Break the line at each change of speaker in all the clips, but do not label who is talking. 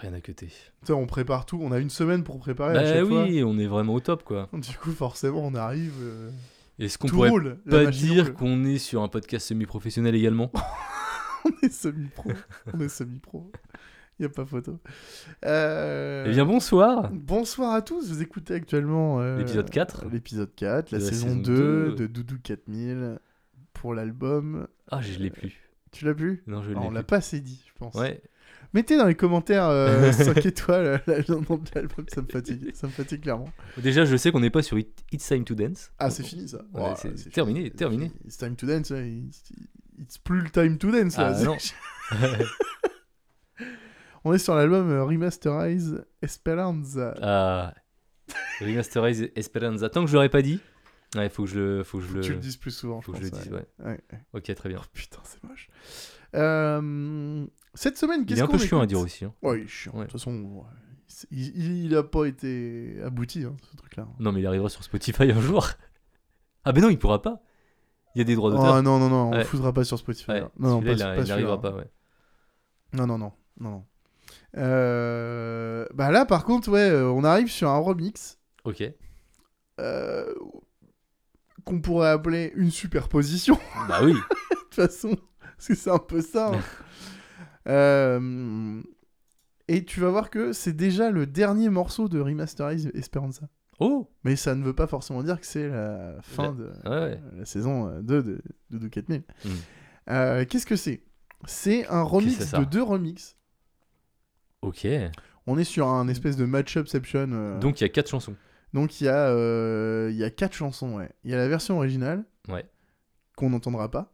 rien à côté.
Putain, on prépare tout, on a une semaine pour préparer à
Bah
chaque
oui, on est vraiment au top quoi.
fois. Du coup, forcément, on arrive. euh,
Est-ce qu'on
tout
pourrait
roule. la
pas
machine
dire
roule.
qu'on est sur un podcast semi-professionnel également
on est semi-pro. on est semi-pro. Il a pas photo. Euh,
Eh bien bonsoir
Bonsoir à tous, vous écoutez actuellement euh,
L'épisode 4
l'épisode 4, la,
De la
saison,
saison
2
2.
de Doudou 4000 pour l'album.
Ah, je l'ai plus.
Tu l'as plus
Non, je l'ai
Ah, On l'a
plus.
pas assez dit, je pense.
Ouais.
Mettez dans les commentaires 5 étoiles euh, le nom de l'album, ça me fatigue, ça me fatigue clairement.
Déjà, je sais qu'on n'est pas sur It- It's Time to Dance.
Ah, c'est fini ça.
Ouais,
Voilà,
c'est
fini,
terminé,
c'est
terminé.
fini. It's time to dance. hein. It's, it's plus le time to dance là.
Ah, non.
On est sur l'album euh, Remasterize Esperanza.
Ah. Remasterize Esperanza. Tant que je l'aurais pas dit. Ouais, faut que je le faut que je
Faut que Tu le
le
dises plus souvent.
faut
je
que je le
pense,
dise, ouais.
ouais. Ouais, ouais.
OK, très bien.
Oh, putain, c'est moche. Euh, cette semaine,
Il est
qu'est-ce
un peu
qu'on
chiant à
écoute
dire aussi. hein.
Ouais, il est chiant.
Ouais.
De toute façon, ouais, il, il- il a pas été abouti hein, ce truc-là.
Non, mais il arrivera sur Spotify un jour. Ah ben non, il pourra pas. Il y a des droits d'auteur.
Ah non non non, on
Ouais.
ne foutra pas sur Spotify.
Ouais,
là. non non,
celui-là, il
pas,
a-
pas
il n'arrivera
celui-là.
pas, ouais.
Non, non, non. non, non. Euh, Bah là, par contre, ouais, euh, on arrive sur un remix
Ok.
euh, qu'on pourrait appeler une superposition, de
Bah oui.
toute façon. Parce que c'est un peu ça. hein. Euh, Et tu vas voir que c'est déjà le dernier morceau de Remasterize Esperanza.
Oh
Mais ça ne veut pas forcément dire que c'est la fin de
Ouais, ouais.
la saison euh, 2 de Doudou 4000.
Mm.
Euh, Qu'est-ce que c'est C'est un remix
c'est ça
de deux remixes.
Ok.
On est sur un espèce de match-upception. euh,
Mm. Donc il y a quatre chansons.
Donc il y a euh, il y a quatre chansons, ouais. Il y a la version originale
Ouais.
qu'on n'entendra pas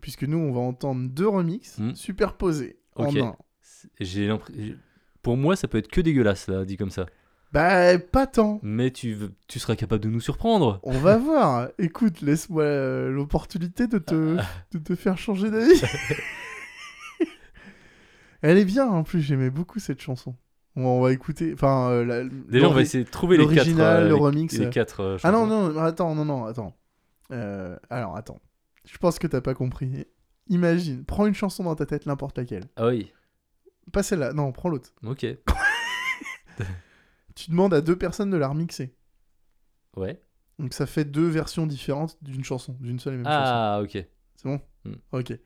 puisque nous on va entendre deux remixes
Hmm.
superposés
Ok.
en un.
C'est- J'ai l'impression. Pour moi, ça peut être que dégueulasse, là, dit comme ça.
Bah pas tant.
Mais tu, veux- tu seras capable de nous surprendre.
On va voir. Écoute, laisse-moi euh, l'opportunité de te
Ah.
de te faire changer d'avis. Elle est bien en plus, j'aimais beaucoup cette chanson. On va écouter enfin euh, la-
Déjà, on va
l'ori-
essayer de trouver les quatre.
l'original,
euh,
le
les-
remix,
les
euh.
quatre. euh,
Ah non,
chansons.
non, attends, non, non, attends. Euh, alors, attends. Je pense que t'as pas compris. Imagine, prends une chanson dans ta tête, n'importe laquelle.
Ah oui.
Pas celle-là, non, prends l'autre.
Ok.
Tu demandes à deux personnes de la remixer.
Ouais.
Donc ça fait deux versions différentes d'une chanson, d'une seule et même chanson.
Ah, ok.
C'est bon
Hmm.
Ok.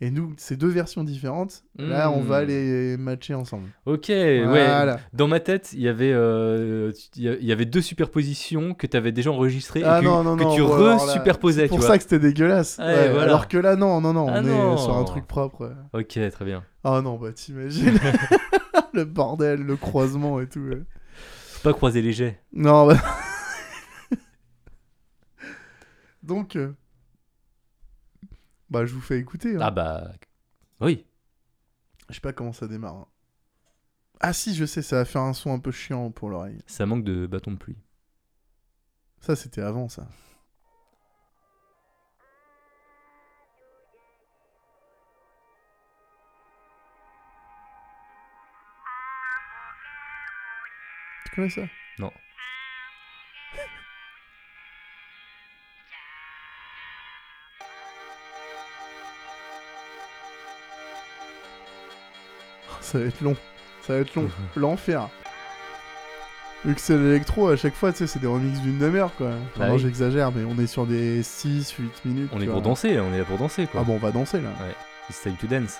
Et nous, ces deux versions différentes, là, on
Hmm.
va les matcher ensemble.
Ok, ouais.
voilà.
Dans ma tête, il y avait, euh, il y a- il y avait deux superpositions que tu avais déjà enregistrées
Ah
et que,
non, non,
que
non,
tu
bon, alors là,
re-superposais.
C'est pour
tu
ça que c'était dégueulasse.
Ouais,
Ouais,
voilà.
Alors que là, non, non, non,
Ah
on
non.
est sur un truc propre.
vois. Ok, très bien.
Ah non, bah t'imagines le bordel, le croisement et tout. ouais.
Faut pas croiser les jets.
Non, bah... Donc, euh, bah, je vous fais écouter. hein.
Ah bah. Oui.
Je sais pas comment ça démarre. hein. Ah si, je sais, ça va faire un son un peu chiant pour l'oreille.
Ça manque de bâton de pluie.
Ça, c'était avant, ça. Tu connais ça
Non.
Ça va être long. Ça va être long. L'enfer. Vu que c'est l'électro, à chaque fois, tu sais, c'est des remixes d'une demi-heure, quoi. Enfin,
Bah
non,
oui.
j'exagère, mais on est sur des 6, 8 minutes.
On
tu
est
vois.
pour danser, on est là pour danser quoi.
Ah bon, on va danser, là.
It's time to dance.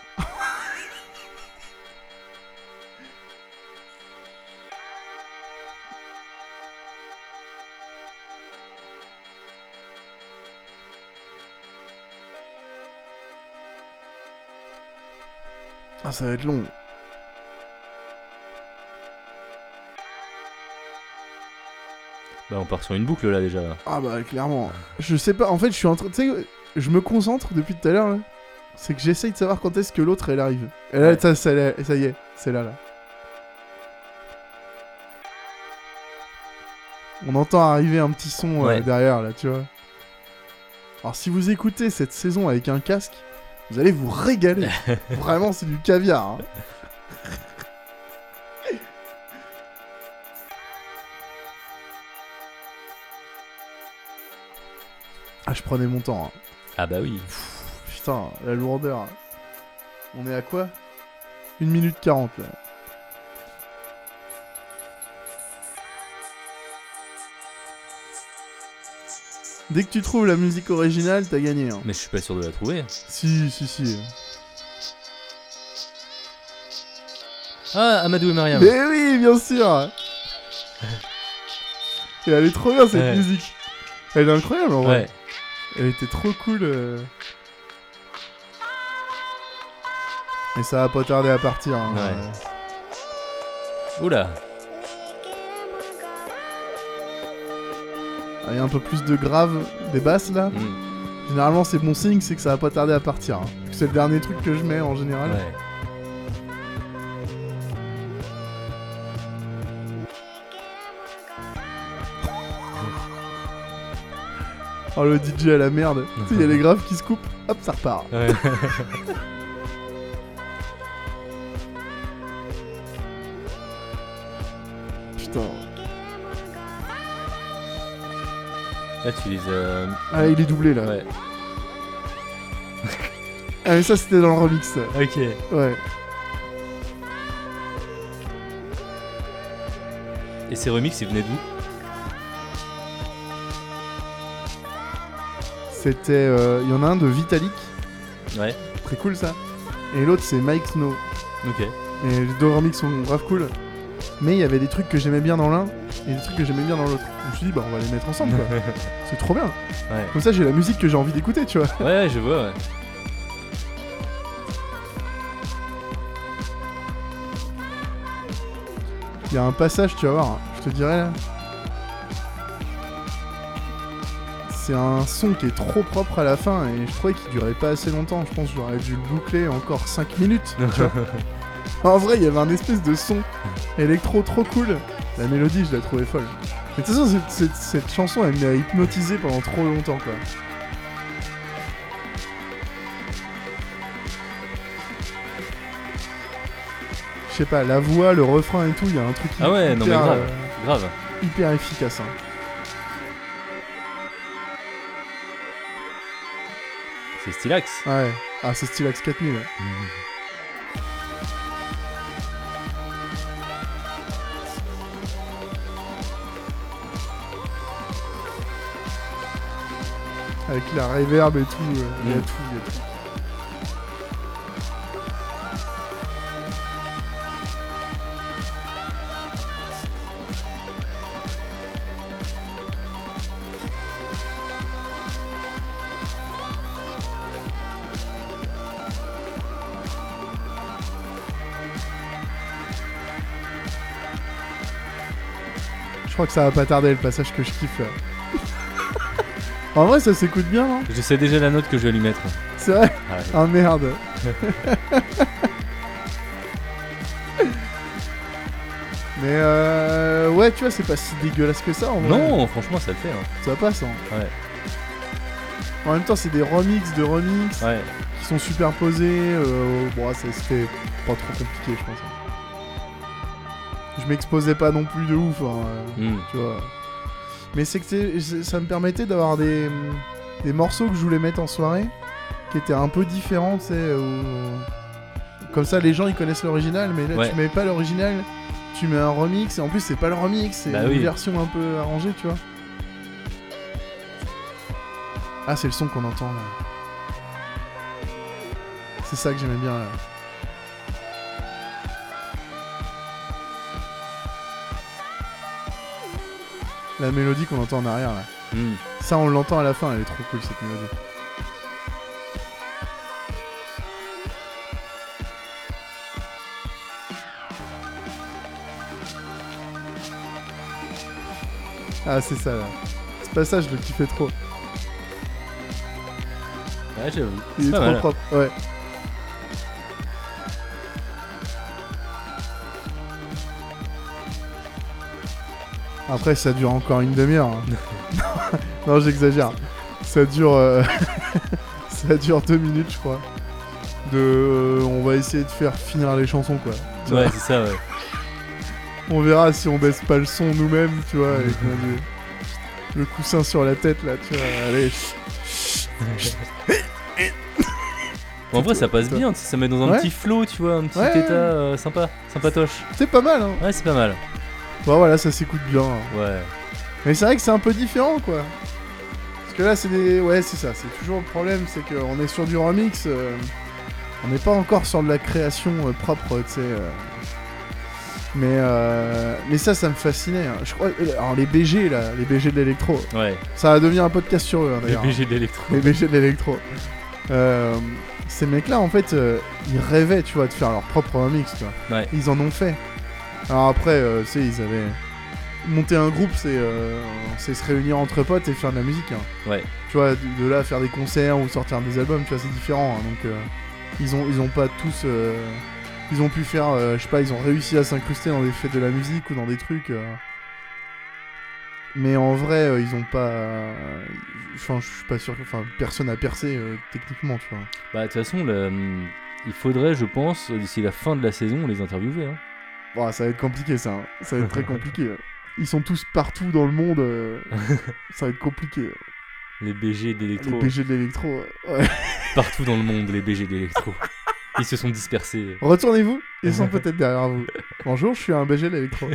Ah, ça va être long.
Bah on part sur une boucle là déjà. là.
Ah bah, clairement. Je sais pas, en fait, je suis en train... Tu sais, je me concentre depuis tout à l'heure, là. C'est que j'essaye de savoir quand est-ce que l'autre, elle arrive. Et là,
Ouais.
ça, ça, ça y est, c'est là, là. On entend arriver un petit son euh,
Ouais.
derrière, là, tu vois. Alors, si vous écoutez cette saison avec un casque, vous allez vous régaler. Vraiment, c'est du caviar. hein. Ah, je prenais mon temps. hein.
Ah bah oui.
Putain, la lourdeur. On est à quoi 1 minute 40 là. Dès que tu trouves la musique originale, t'as gagné. hein.
Mais je suis pas sûr de la trouver.
Si, si, si.
Ah, Amadou et Mariam.
Mais oui, bien sûr Et elle est trop bien cette
Ouais.
musique Elle est incroyable en vrai.
Ouais.
Elle était trop cool. euh. Et ça va pas tarder à partir. hein.
Ouais. Oula.
Ah, Il y a un peu plus de grave des basses là.
Mm.
Généralement c'est bon signe, c'est que ça va pas tarder à partir. hein. C'est le dernier truc que je mets en général.
Ouais.
Oh le DJ à la merde. tu sais, il y a les graves qui se coupent, hop ça repart.
Ouais.
Putain.
Là, tu les as.
Ah il est doublé là.
Ouais.
Ah mais ça c'était dans le remix. ça.
Ok.
Ouais.
Et ces remix, ils venaient d'où
C'était. euh, Il y en a un de Vitalik.
Ouais.
Très cool ça. Et l'autre c'est Mike Snow.
Ok.
Et les deux remix sont grave cool. Mais il y avait des trucs que j'aimais bien dans l'un et des trucs que j'aimais bien dans l'autre. Je me suis dit bah on va les mettre ensemble quoi. c'est trop bien.
Ouais.
Comme ça j'ai la musique que j'ai envie d'écouter tu vois.
Ouais, je vois. Ouais.
Il y a un passage tu vas voir. Je te dirai là. C'est un son qui est trop propre à la fin et je trouvais qu'il durait pas assez longtemps. Je pense que j'aurais dû le boucler encore 5 minutes. tu vois. En vrai, il y avait un espèce de son électro trop cool. La mélodie, je la trouvais folle. Mais de toute façon, cette, cette- cette chanson, elle m'a hypnotisé pendant trop longtemps, quoi. Je sais pas, la voix, le refrain et tout, il y a un truc
Ah ouais,
hyper,
non, mais grave.
euh,
Grave.
hyper efficace. hein.
C'est Stylax.
Ouais. Ah, c'est Stylax 4000. ouais. Avec la reverb et tout, euh, il y a
Mm.
tout, il y a tout. Je crois que ça va pas tarder le passage que je kiffe là. en vrai, ça s'écoute bien, non
Je sais déjà la note que je vais lui mettre.
C'est vrai
Ah, ouais.
Ah merde Mais euh, ouais, tu vois, c'est pas si dégueulasse que ça en vrai.
Non, franchement, ça le fait. hein.
Ça passe, hein.
Ouais.
En même temps, c'est des remixes de remixes
Ouais.
qui sont superposés. euh, bon, ça se fait pas trop compliqué, je pense. hein. Je m'exposais pas non plus de ouf, hein, euh,
Mm.
tu vois. Mais c'est que c'est- c'est- ça me permettait d'avoir des, des morceaux que je voulais mettre en soirée qui étaient un peu différents, tu sais. où- Comme ça, les gens ils connaissent l'original, mais là
Ouais.
tu mets pas l'original, tu mets un remix, et en plus c'est pas le remix, c'est
Bah
une
oui.
version un peu arrangée, tu vois. Ah, c'est le son qu'on entend là. C'est ça que j'aimais bien là. La mélodie qu'on entend en arrière là.
Mm.
Ça, on l'entend à la fin, elle est trop cool cette mélodie. Ah, c'est ça là. Ce passage, je le kiffais trop.
Ouais, j'avoue.
Il est,
C'est pas
trop
mal.
propre, ouais. Après, ça dure encore une demi-heure. hein. non, j'exagère. Ça dure, euh, ça dure deux minutes, je crois. De, euh, on va essayer de faire finir les chansons, quoi. Tu vois,
Ouais, c'est ça, ouais.
on verra si on baisse pas le son nous-mêmes, tu vois, avec un des- le coussin sur la tête, là, tu vois. Allez,
En vrai, ça passe
Toi.
bien. tu sais, Ça met dans un
Ouais.
petit flow, tu vois, un petit
Ouais, ouais,
état euh, sympa. Sympatoche.
c'est pas mal, hein.
Ouais, c'est pas mal.
Bon, voilà, ça s'écoute bien. hein.
Ouais.
Mais c'est vrai que c'est un peu différent, quoi. Parce Parce que là, c'est des. Ouais, c'est ça. C'est toujours le problème, c'est qu'on est sur du remix. euh, On n'est pas encore sur de la création euh, propre, tu sais. euh. Mais, euh, mais ça, ça me fascinait. hein. Je crois. Alors, les BG, là, les BG de l'électro.
Ouais,
Ça va devenir un podcast sur eux, hein,
les
d'ailleurs.
BG d'électro.
Les BG de l'électro. Euh, ces mecs-là, en fait, euh, ils rêvaient, tu vois, de faire leur propre remix, tu vois.
Ouais.
Ils en ont fait. Alors après, euh, tu sais, ils avaient... Monter un groupe, c'est euh, c'est se réunir entre potes et faire de la musique. hein.
Ouais.
Tu vois, de, de là, à faire des concerts ou sortir des albums, tu vois, c'est différent. hein. donc, euh, ils, ont, ils ont pas tous... euh, ils ont pu faire, euh, je sais pas, ils ont réussi à s'incruster dans des fêtes de la musique ou dans des trucs... euh, mais en vrai, euh, ils ont pas. Enfin, je suis pas sûr. que- Enfin, personne a percé euh, techniquement, tu vois.
Bah, de toute façon, le- hum, il faudrait, je pense, d'ici la fin de la saison, les interviewer. hein.
Bon, ça va être compliqué, ça. hein. Ça va être très compliqué. Ils sont tous partout dans le monde. euh, ça va être compliqué. hein.
Les BG d'électro.
Les PG de l'électro. euh, ouais.
Partout dans le monde, les BG d'électro. Ils se sont dispersés.
Retournez-vous. Ils sont peut-être derrière vous. Bonjour, je suis un BG de l'électro.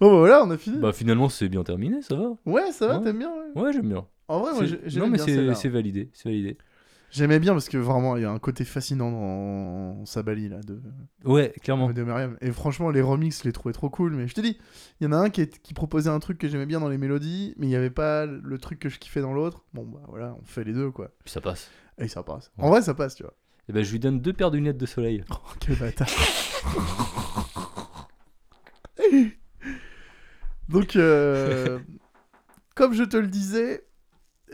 bon, bah voilà, on a fini.
Bah, finalement, c'est bien terminé, ça va.
ouais, ça va,
Ouais.
t'aimes bien. ouais.
Ouais, j'aime bien.
En vrai, moi, j'ai-
C'est- non,
j'aimais
mais
bien
c'est
celle-là.
c'est validé. C'est validé.
J'aimais bien parce que vraiment, il y a un côté fascinant dans Sabali, là, de,
Ouais, clairement.
de Myriam. Et franchement, les remixes, je les trouvais trop cool. Mais je te dis, il y en a un qui, est- qui proposait un truc que j'aimais bien dans les mélodies, mais il n'y avait pas le truc que je kiffais dans l'autre. Bon, bah voilà, on fait les deux, quoi.
Puis ça passe.
Et ça passe.
Ouais.
En vrai, ça passe, tu vois.
Et ben, je lui donne deux paires de lunettes de soleil.
Oh, quel bâtard. Donc, euh, comme je te le disais,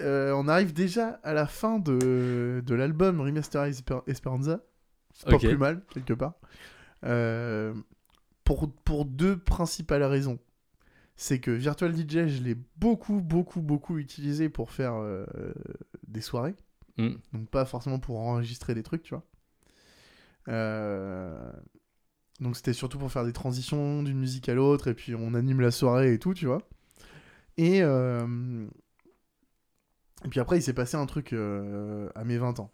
euh, on arrive déjà à la fin de, de l'album Remaster Esper- Esperanza. C'est pas
Ok.
plus mal, quelque part. Euh, pour, pour deux principales raisons. C'est que Virtual DJ, je l'ai beaucoup, beaucoup, beaucoup utilisé pour faire euh, des soirées.
Hmm.
Donc pas forcément pour enregistrer des trucs, tu vois. Euh, Donc c'était surtout pour faire des transitions d'une musique à l'autre, et puis on anime la soirée et tout, tu vois. Et, euh, et puis après, il s'est passé un truc euh, à mes 20 ans.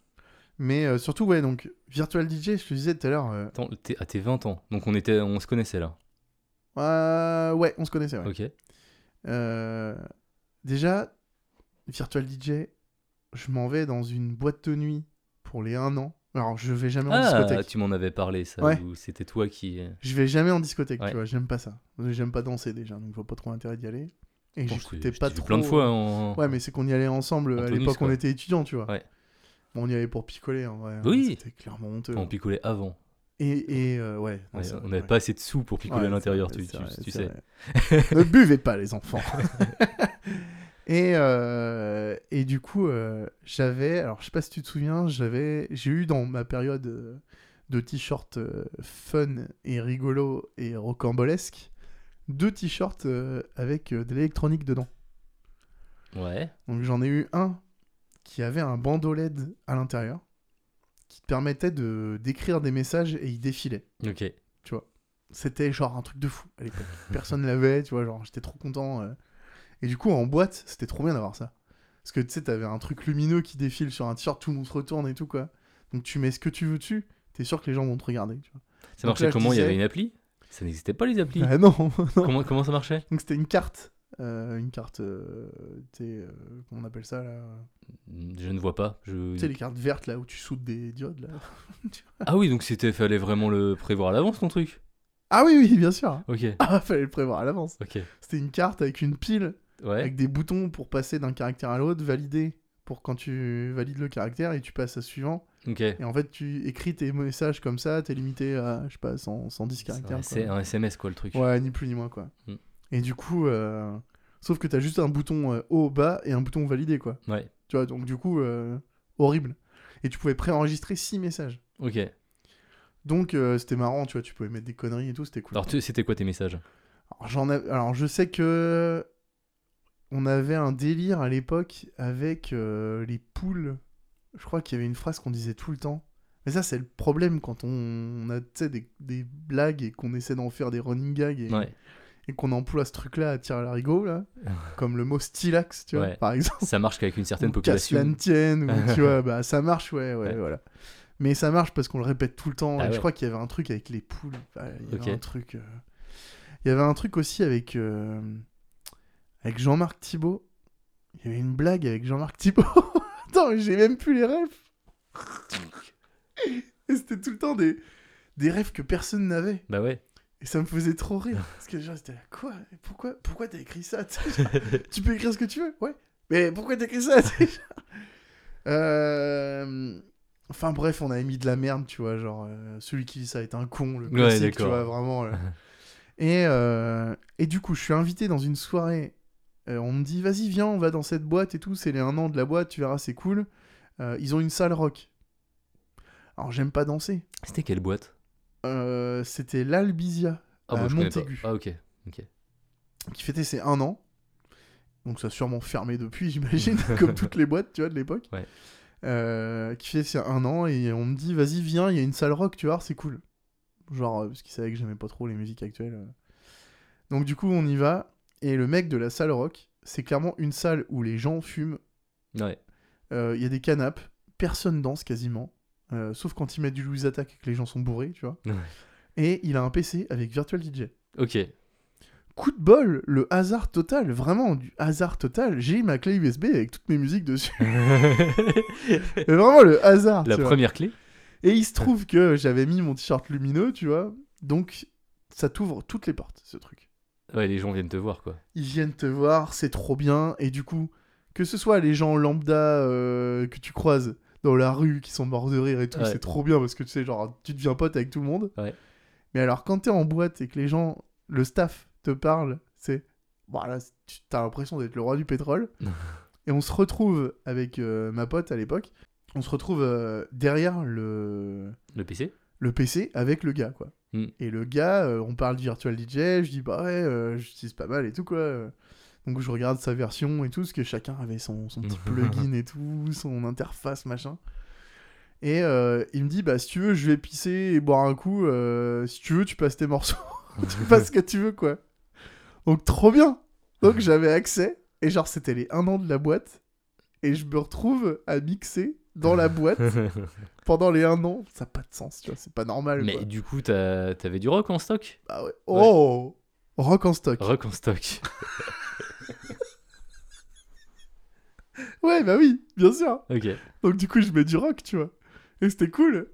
Mais euh, surtout, ouais, donc Virtual DJ, je te disais tout à l'heure, euh,
Attends, t'es à tes 20 ans. Donc, on, était, on se connaissait là.
euh, ouais, on se connaissait, ouais.
Ok.
Euh, déjà, Virtual DJ, je m'en vais dans une boîte de nuit pour les 1 an. Alors, je vais jamais en
Ah,
discothèque.
tu m'en avais parlé, ça.
Ouais.
où C'était toi qui. euh,
Je vais jamais en discothèque,
Ouais.
tu vois, j'aime pas ça. J'aime pas danser déjà, donc je vois pas trop l'intérêt d'y aller. Et
bon,
j'écoutais
je
pas
t'ai vu
trop.
plein de fois. en-
Ouais, mais c'est qu'on y allait ensemble.
En
à
tonus,
l'époque, on
quoi.
était étudiants, tu vois.
Ouais.
Bon, on y allait pour picoler, en vrai. hein,
Oui.
C'était clairement honteux.
On picolait avant.
Et, et euh, ouais. non,
Ouais,
c'est
on
vrai,
n'avait
ouais.
pas assez de sous pour picoler
Ouais,
à l'intérieur,
c'est
tu,
vrai,
tu-
c'est
tu sais.
vrai, c'est vrai. ne buvez pas, les enfants. et, euh, et du coup, euh, j'avais, alors je sais pas si tu te souviens, j'avais, j'ai eu dans ma période euh, de t-shirt euh, fun et rigolo et rocambolesque deux t-shirts euh, avec euh, de l'électronique dedans.
Ouais.
Donc j'en ai eu un qui avait un bandeau LED à l'intérieur qui te permettait de d'écrire des messages et il défilait.
Ok.
C'était genre un truc de fou à l'époque. Personne l'avait, tu vois, genre j'étais trop content. euh. Et du coup, en boîte, c'était trop bien d'avoir ça. Parce que tu sais, t'avais un truc lumineux qui défile sur un t-shirt, tout le monde se retourne et tout, quoi. Donc tu mets ce que tu veux dessus, t'es sûr que les gens vont te regarder, tu vois.
Ça
Donc
marchait
là, je
comment Il y
disais-
avait une appli Ça n'existait pas les applis.
Ah non, non.
Comment, comment ça marchait
Donc c'était une carte. euh, une carte, euh, tu sais, euh, comment on appelle ça là
Je ne vois pas. je-
Tu sais, les cartes vertes là où tu soutes des diodes là.
Ah oui, donc c'était fallait vraiment le prévoir à l'avance ton truc.
Ah oui, oui, bien sûr.
Ok,
Ah, fallait le prévoir à l'avance.
ok.
C'était une carte avec une pile,
Ouais.
avec des boutons pour passer d'un caractère à l'autre, valider pour quand tu valides le caractère et tu passes à suivant.
Ok.
Et en fait, tu écris tes messages comme ça, t'es limité à, je sais pas, 100, 110 caractères. quoi.
C'est un SMS quoi le truc.
Ouais, ni plus ni moins quoi.
Mm.
Et du coup, euh, sauf que t'as juste un bouton euh, haut, bas et un bouton valider quoi.
Ouais.
Tu vois, donc du coup, euh, horrible. Et tu pouvais préenregistrer 6 messages.
Ok.
Donc euh, c'était marrant, tu vois, tu pouvais mettre des conneries et tout, c'était cool.
Alors tu- c'était quoi tes messages
Alors, j'en av- Alors, je sais que on avait un délire à l'époque avec euh, les poules. Je crois qu'il y avait une phrase qu'on disait tout le temps. Mais ça, c'est le problème quand on, on a tu sais, des, des blagues et qu'on essaie d'en faire des running gags et,
Ouais.
et qu'on emploie ce truc-là à tirer à l'arigot, là. comme le mot stylax, tu vois,
Ouais.
par exemple.
Ça marche qu'avec une certaine
Ou qu'à cela ne
population.
tienne, ou, tu vois, bah, ça marche, ouais, ouais,
Ouais.
voilà. Mais ça marche parce qu'on le répète tout le temps.
Ah
et
ouais.
Je crois qu'il y avait un truc avec les poules. Enfin, il y avait
Ok.
un truc. euh, Il y avait un truc aussi avec euh, avec Jean-Marc Thibault. Il y avait une blague avec Jean-Marc Thibault. Attends, mais j'ai même plus les rêves. C'était tout le temps des, des rêves que personne n'avait.
Bah ouais.
Et ça me faisait trop rire. Parce que les gens étaient là, quoi Pourquoi, pourquoi t'as écrit ça tu sais, genre, Tu peux écrire ce que tu veux, ouais. Mais pourquoi t'as écrit ça tu sais, genre. Euh, Enfin bref, on avait mis de la merde, tu vois. Genre, euh, celui qui dit ça est un con, le
Ouais,
classique, tu
d'accord.
vois, vraiment. là. Et, euh, et du coup, je suis invité dans une soirée. Euh, on me dit, vas-y, viens, on va dans cette boîte et tout. C'est les 1 an de la boîte, tu verras, c'est cool. Euh, ils ont une salle rock. Alors, j'aime pas danser.
C'était quelle boîte
Euh, C'était l'Albizia.
Ah
À
bon, je connais pas.
Bah, Montaigu.
Ah ok. Ok.
qui fêtait ses un an. Donc ça a sûrement fermé depuis, j'imagine, comme toutes les boîtes, tu vois, de l'époque.
Ouais.
Euh, qui fêtait ses un an et on me dit, vas-y, viens, il y a une salle rock, tu vois, c'est cool. Genre, euh, parce qu'il savait que j'aimais pas trop les musiques actuelles. euh. Donc du coup, on y va. Et le mec de la salle rock, c'est clairement une salle où les gens fument.
Ouais.
Euh, Il y a des canapes, personne danse quasiment. euh, sauf quand ils mettent du Louis Attack et que les gens sont bourrés, tu vois.
Ouais.
Et il a un PC avec Virtual DJ
Ok.
coup de bol, le hasard total, vraiment du hasard total. J'ai ma clé USB avec toutes mes musiques dessus.
la
Mais vraiment le hasard. tu vois.
première clé
Et il se trouve que j'avais mis mon t-shirt lumineux, tu vois. Donc ça t'ouvre toutes les portes, ce truc.
Ouais, les gens viennent te voir quoi.
Ils viennent te voir, c'est trop bien. Et du coup, que ce soit les gens lambda euh, que tu croises dans la rue qui sont morts de rire et tout,
Ouais.
c'est trop bien parce que tu sais, genre, tu deviens pote avec tout le monde.
Ouais.
Mais alors, quand t'es en boîte et que les gens, le staff te parle, c'est. Voilà, c'est- tu t'as l'impression d'être le roi du pétrole. et on se retrouve avec euh, ma pote à l'époque, on se retrouve euh, derrière le
Le PC
le PC avec le gars, quoi.
Mm.
Et le gars, euh, on parle de Virtual DJ, je dis, bah ouais, euh, j'utilise pas mal et tout, quoi. euh. Donc je regarde sa version et tout, parce que chacun avait son, son petit plugin et tout, son interface, machin. Et euh, il me dit, bah si tu veux, je vais pisser et boire un coup. euh, si tu veux, tu passes tes morceaux. tu passes ce que tu veux, quoi. Donc trop bien. Donc j'avais accès, et genre, c'était les 1 an de la boîte. Et je me retrouve à mixer dans la boîte pendant les 1 an. Ça n'a pas de sens, tu vois, c'est pas normal. quoi.
Mais du coup, t'as- t'avais du rock en stock
Ah ouais. Oh Rock en stock.
Rock en stock.
Ouais, bah oui, bien sûr.
Ok.
Donc du coup, je mets du rock, tu vois. Et c'était cool.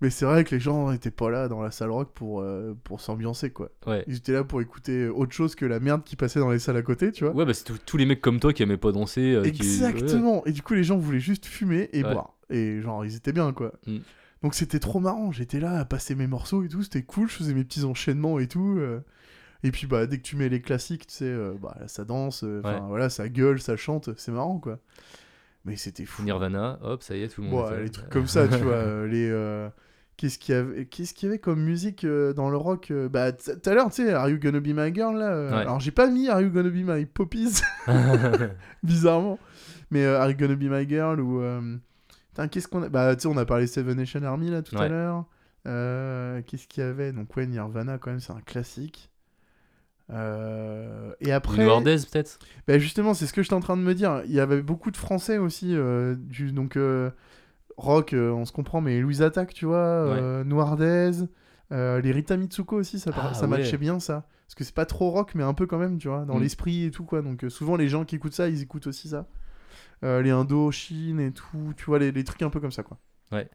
Mais c'est vrai que les gens n'étaient pas là dans la salle rock pour, euh, pour s'ambiancer, quoi.
Ouais.
Ils étaient là pour écouter autre chose que la merde qui passait dans les salles à côté, tu vois.
Ouais, bah c'est tous- tous les mecs comme toi qui aimaient pas danser. euh, qui-
Exactement. Et du coup, les gens voulaient juste fumer et
Ouais.
boire. Et genre, ils étaient bien, quoi.
Mm.
Donc c'était trop marrant. J'étais là à passer mes morceaux et tout. C'était cool. Je faisais mes petits enchaînements et tout. euh. Et puis, bah, dès que tu mets les classiques, tu sais, euh, bah, ça danse. euh, Enfin,
Ouais.
voilà, ça gueule, ça chante. C'est marrant, quoi. Mais c'était fou.
Ouais. Nirvana, hop, ça y est, tout le monde. euh,
Ouais,
était-
les trucs comme ça, tu vois. euh, Les. euh, Qu'est-ce qu'il y, avait... qu'est-ce qu'il y avait comme musique euh, dans le rock euh, Bah, t- tout à l'heure, tu sais, Are You Gonna Be My Girl, là euh,
Ouais.
Alors, j'ai pas mis Are You Gonna Be My Poppies, bizarrement. Mais euh, Are You Gonna Be My Girl ou. euh, Putain, qu'est-ce qu'on a. Bah, tu sais, on a parlé Seven Nation Army là tout à
Ouais.
l'heure. Euh, qu'est-ce qu'il y avait Donc, ouais, Nirvana, quand même, c'est un classique. Euh, Et après.
Une Hordez, peut-être
Bah, justement, c'est ce que j'étais en train de me dire. Il y avait beaucoup de français aussi. euh, du... Donc, euh, rock, euh, on se comprend, mais Louise Attaque, tu vois. euh, Noirdaise. euh, les Rita Mitsuko aussi, ça, par-
Ah,
ça
ouais.
matchait bien ça. Parce que c'est pas trop rock, mais un peu quand même, tu vois, dans
Mm.
l'esprit et tout, quoi. Donc euh, souvent, les gens qui écoutent ça, ils écoutent aussi ça. Euh, les Indochines et tout, tu vois, les, les trucs un peu comme ça, quoi.
Ouais.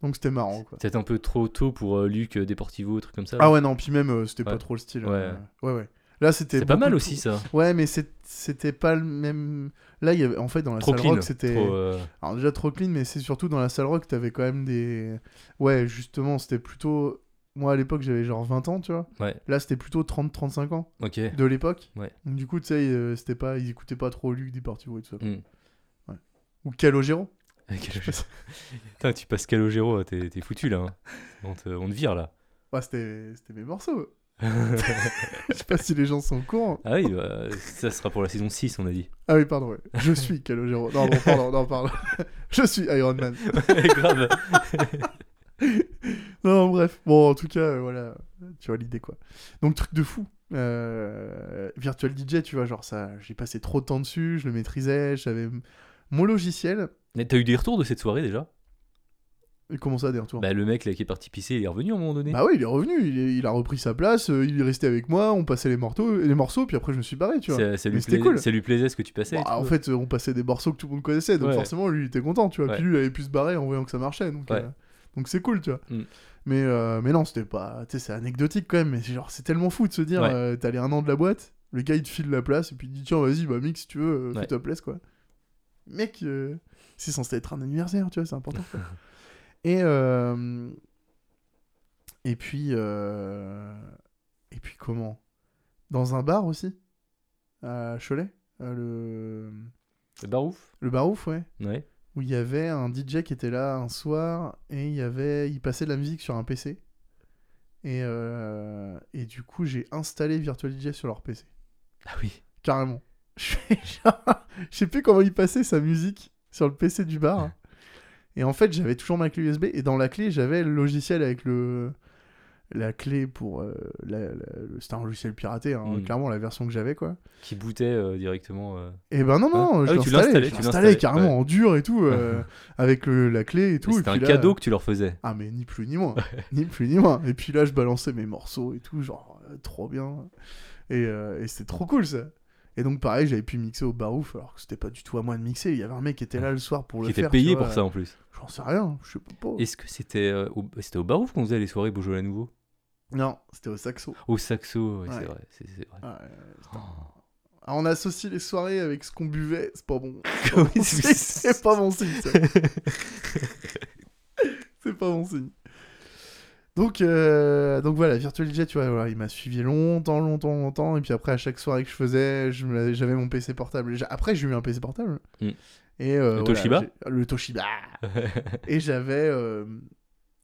Donc c'était marrant, quoi.
Peut-être un peu trop tôt pour euh, Luc euh, Deportivo, truc comme ça.
Ah ouais, non, puis même, euh, c'était pas
Ouais.
trop le style.
Ouais.
euh, ouais, ouais. Là, c'était.
c'est pas
beaucoup
mal
de-
aussi, ça.
Ouais, mais c'est- c'était pas le même. Là, il y avait... en fait, dans la
Trop
salle
clean.
rock, c'était.
Trop, euh,
Alors déjà trop clean, mais c'est surtout dans la salle rock, t'avais quand même des... Ouais, justement, c'était plutôt... Moi, à l'époque, j'avais genre 20 ans, tu vois.
Ouais.
Là, c'était plutôt 30-35 ans
Ok.
de l'époque.
Ouais.
Donc, du coup, tu sais, euh, c'était pas... Ils écoutaient pas trop Luc Deportivo et tout ça.
Mm.
Ou Calogero.
Calogero. Putain, tu passes Calogero, t'es t'es foutu là. hein. On, te, on te vire là.
Ouais, Ah, c'était c'était mes morceaux. Je sais pas si les gens sont au courant.
Ah oui, bah, ça sera pour la saison 6, on a dit.
Ah oui, pardon, ouais. Je suis Calogero. Non, non, pardon, non, pardon. Je suis Iron Man.
Grave.
Non, non, bref. Bon, en tout cas, euh, voilà, tu vois l'idée, quoi. Donc, truc de fou. Euh, Virtual DJ, tu vois, genre ça, j'ai passé trop de temps dessus, je le maîtrisais, j'avais m- mon logiciel.
Mais T'as eu des retours de cette soirée déjà
Et comment ça, des retours bah,
Bah, le mec là, qui est parti pisser, il est revenu à un moment donné.
ouais, il est revenu, il, est- il a repris sa place, euh, il est resté avec moi, on passait les morceaux, les morceaux puis après je me suis barré, tu vois.
ça, ça lui
Mais c'était
plais-
cool.
ça lui plaisait ce que tu passais. et
Bah,
tout.
en fait, euh, on passait des morceaux que tout le monde connaissait, donc
Ouais.
forcément, lui, il était content, tu vois.
Ouais.
Puis lui, il avait pu se barrer en voyant que ça marchait, donc
Ouais.
euh, donc c'est cool, tu vois.
Mm.
Mais, euh, mais non, c'était pas. Tu sais, c'est anecdotique quand même, mais c'est genre, c'est tellement fou de se dire,
Ouais.
euh, t'as les un an de la boîte, le gars, il te file la place, et puis il te dit, tiens, vas-y, bah, mix, si tu veux, euh, fais
Ouais.
ta place, quoi. Mec, euh, c'est censé être un anniversaire, tu vois, c'est important. quoi. et, euh, et puis. euh, Et puis, comment Dans un bar aussi, à Cholet, à le.
C'est Barouf
Le Barouf, ouais.
Bah, Ouais.
Où il y avait un DJ qui était là un soir et il y avait, il passait de la musique sur un PC. Et, euh, et du coup, j'ai installé Virtual DJ sur leur PC.
Ah oui.
Carrément. Je fais genre- je sais plus comment il passait sa musique sur le PC du bar. Et en fait, j'avais toujours ma clé USB. Et dans la clé, j'avais le logiciel avec le la clé pour euh, la- la- le- c'était un logiciel piraté hein,
Mm.
clairement la version que j'avais quoi
Qui bootait euh, directement. euh.
et ben non, non,
Ah
je
oui, tu l'as
l'installais,
installé,
je
tu
l'installais
l'installais,
carrément en dur et tout, euh, avec le- la clé et tout.
Mais
et
C'était un
puis là-
cadeau que tu leur faisais.
Ah mais ni plus ni moins, ni plus ni moins. Et puis là, je balançais mes morceaux et tout, genre euh, trop bien. Et, euh, et c'était trop cool ça. Et donc pareil, j'avais pu mixer au barouf, alors que c'était pas du tout à moi de mixer. Il y avait un mec qui était là le soir pour
Qui
le
était
faire.
payé
tu
pour
vois. Oh.
ça en plus.
J'en sais rien, je sais pas.
Est-ce que c'était euh, au... c'était au Barouf qu'on faisait les soirées Beaujolais Nouveau
Non, c'était au saxo.
Au saxo, ouais,
Ouais.
c'est vrai. c'est- c'est vrai.
Ouais, putain.
Oh.
Ah, on associe les soirées avec ce qu'on buvait, c'est pas bon.
Oui,
C'est- c'est pas mon signe, ça. c'est pas mon signe. Donc, euh, donc voilà, Virtual DJ, tu vois, voilà, il m'a suivi longtemps, longtemps, longtemps. Et puis après, à chaque soirée que je faisais, je me- j'avais mon PC portable. Et j'a- Après, j'ai eu un PC portable.
Mm.
Et, euh,
Le
voilà,
Toshiba
j'ai- Le Toshiba. et j'avais euh,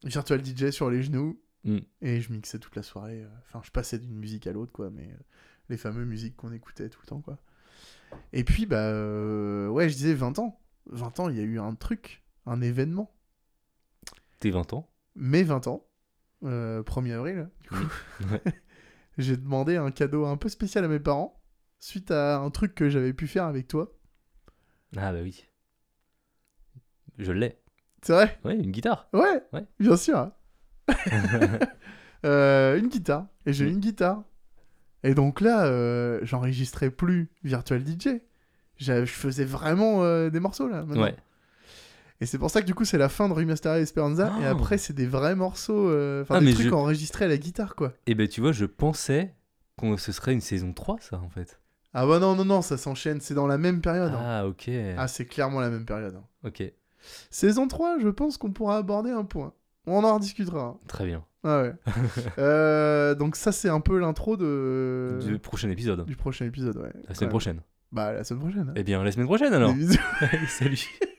Virtual DJ sur les genoux.
Mm.
Et je mixais toute la soirée. euh. Enfin, je passais d'une musique à l'autre, quoi. Mais euh, les fameuses musiques qu'on écoutait tout le temps, quoi. Et puis, bah, euh, ouais, je disais 20 ans. 20 ans, il y a eu un truc, un événement
T'es 20 ans
mes 20 ans, euh, 1er avril, du coup,
Ouais.
j'ai demandé un cadeau un peu spécial à mes parents, suite à un truc que j'avais pu faire avec toi.
Ah bah oui. Je l'ai.
C'est vrai
Ouais, une guitare.
ouais,
Ouais.
bien sûr. Euh, une guitare. Et j'ai eu
Mm.
une guitare. Et donc là, euh, j'enregistrais plus Virtual DJ. J'a- Je faisais vraiment euh, des morceaux là. maintenant.
ouais.
Et c'est pour ça que du coup, c'est la fin de Remastered Esperanza. Et
Oh.
après, c'est des vrais morceaux, euh, enfin
Ah,
des
mais
trucs
je-
enregistrés à la guitare quoi.
Et ben tu vois, je pensais que ce serait une saison 3 ça en fait.
Ah bah non, non, non, ça s'enchaîne. C'est dans la même période. hein.
Ah ok.
Ah, c'est clairement la même période. hein.
Ok,
Saison 3, je pense qu'on pourra aborder un point. On en rediscutera. hein.
très bien.
Ah ouais. Euh, donc ça, c'est un peu l'intro de...
Du prochain épisode.
Euh. du prochain épisode. Ouais.
La semaine
Ouais.
prochaine.
Bah, la semaine prochaine. hein.
Eh bien, la semaine prochaine alors.
Des bisous.
Salut.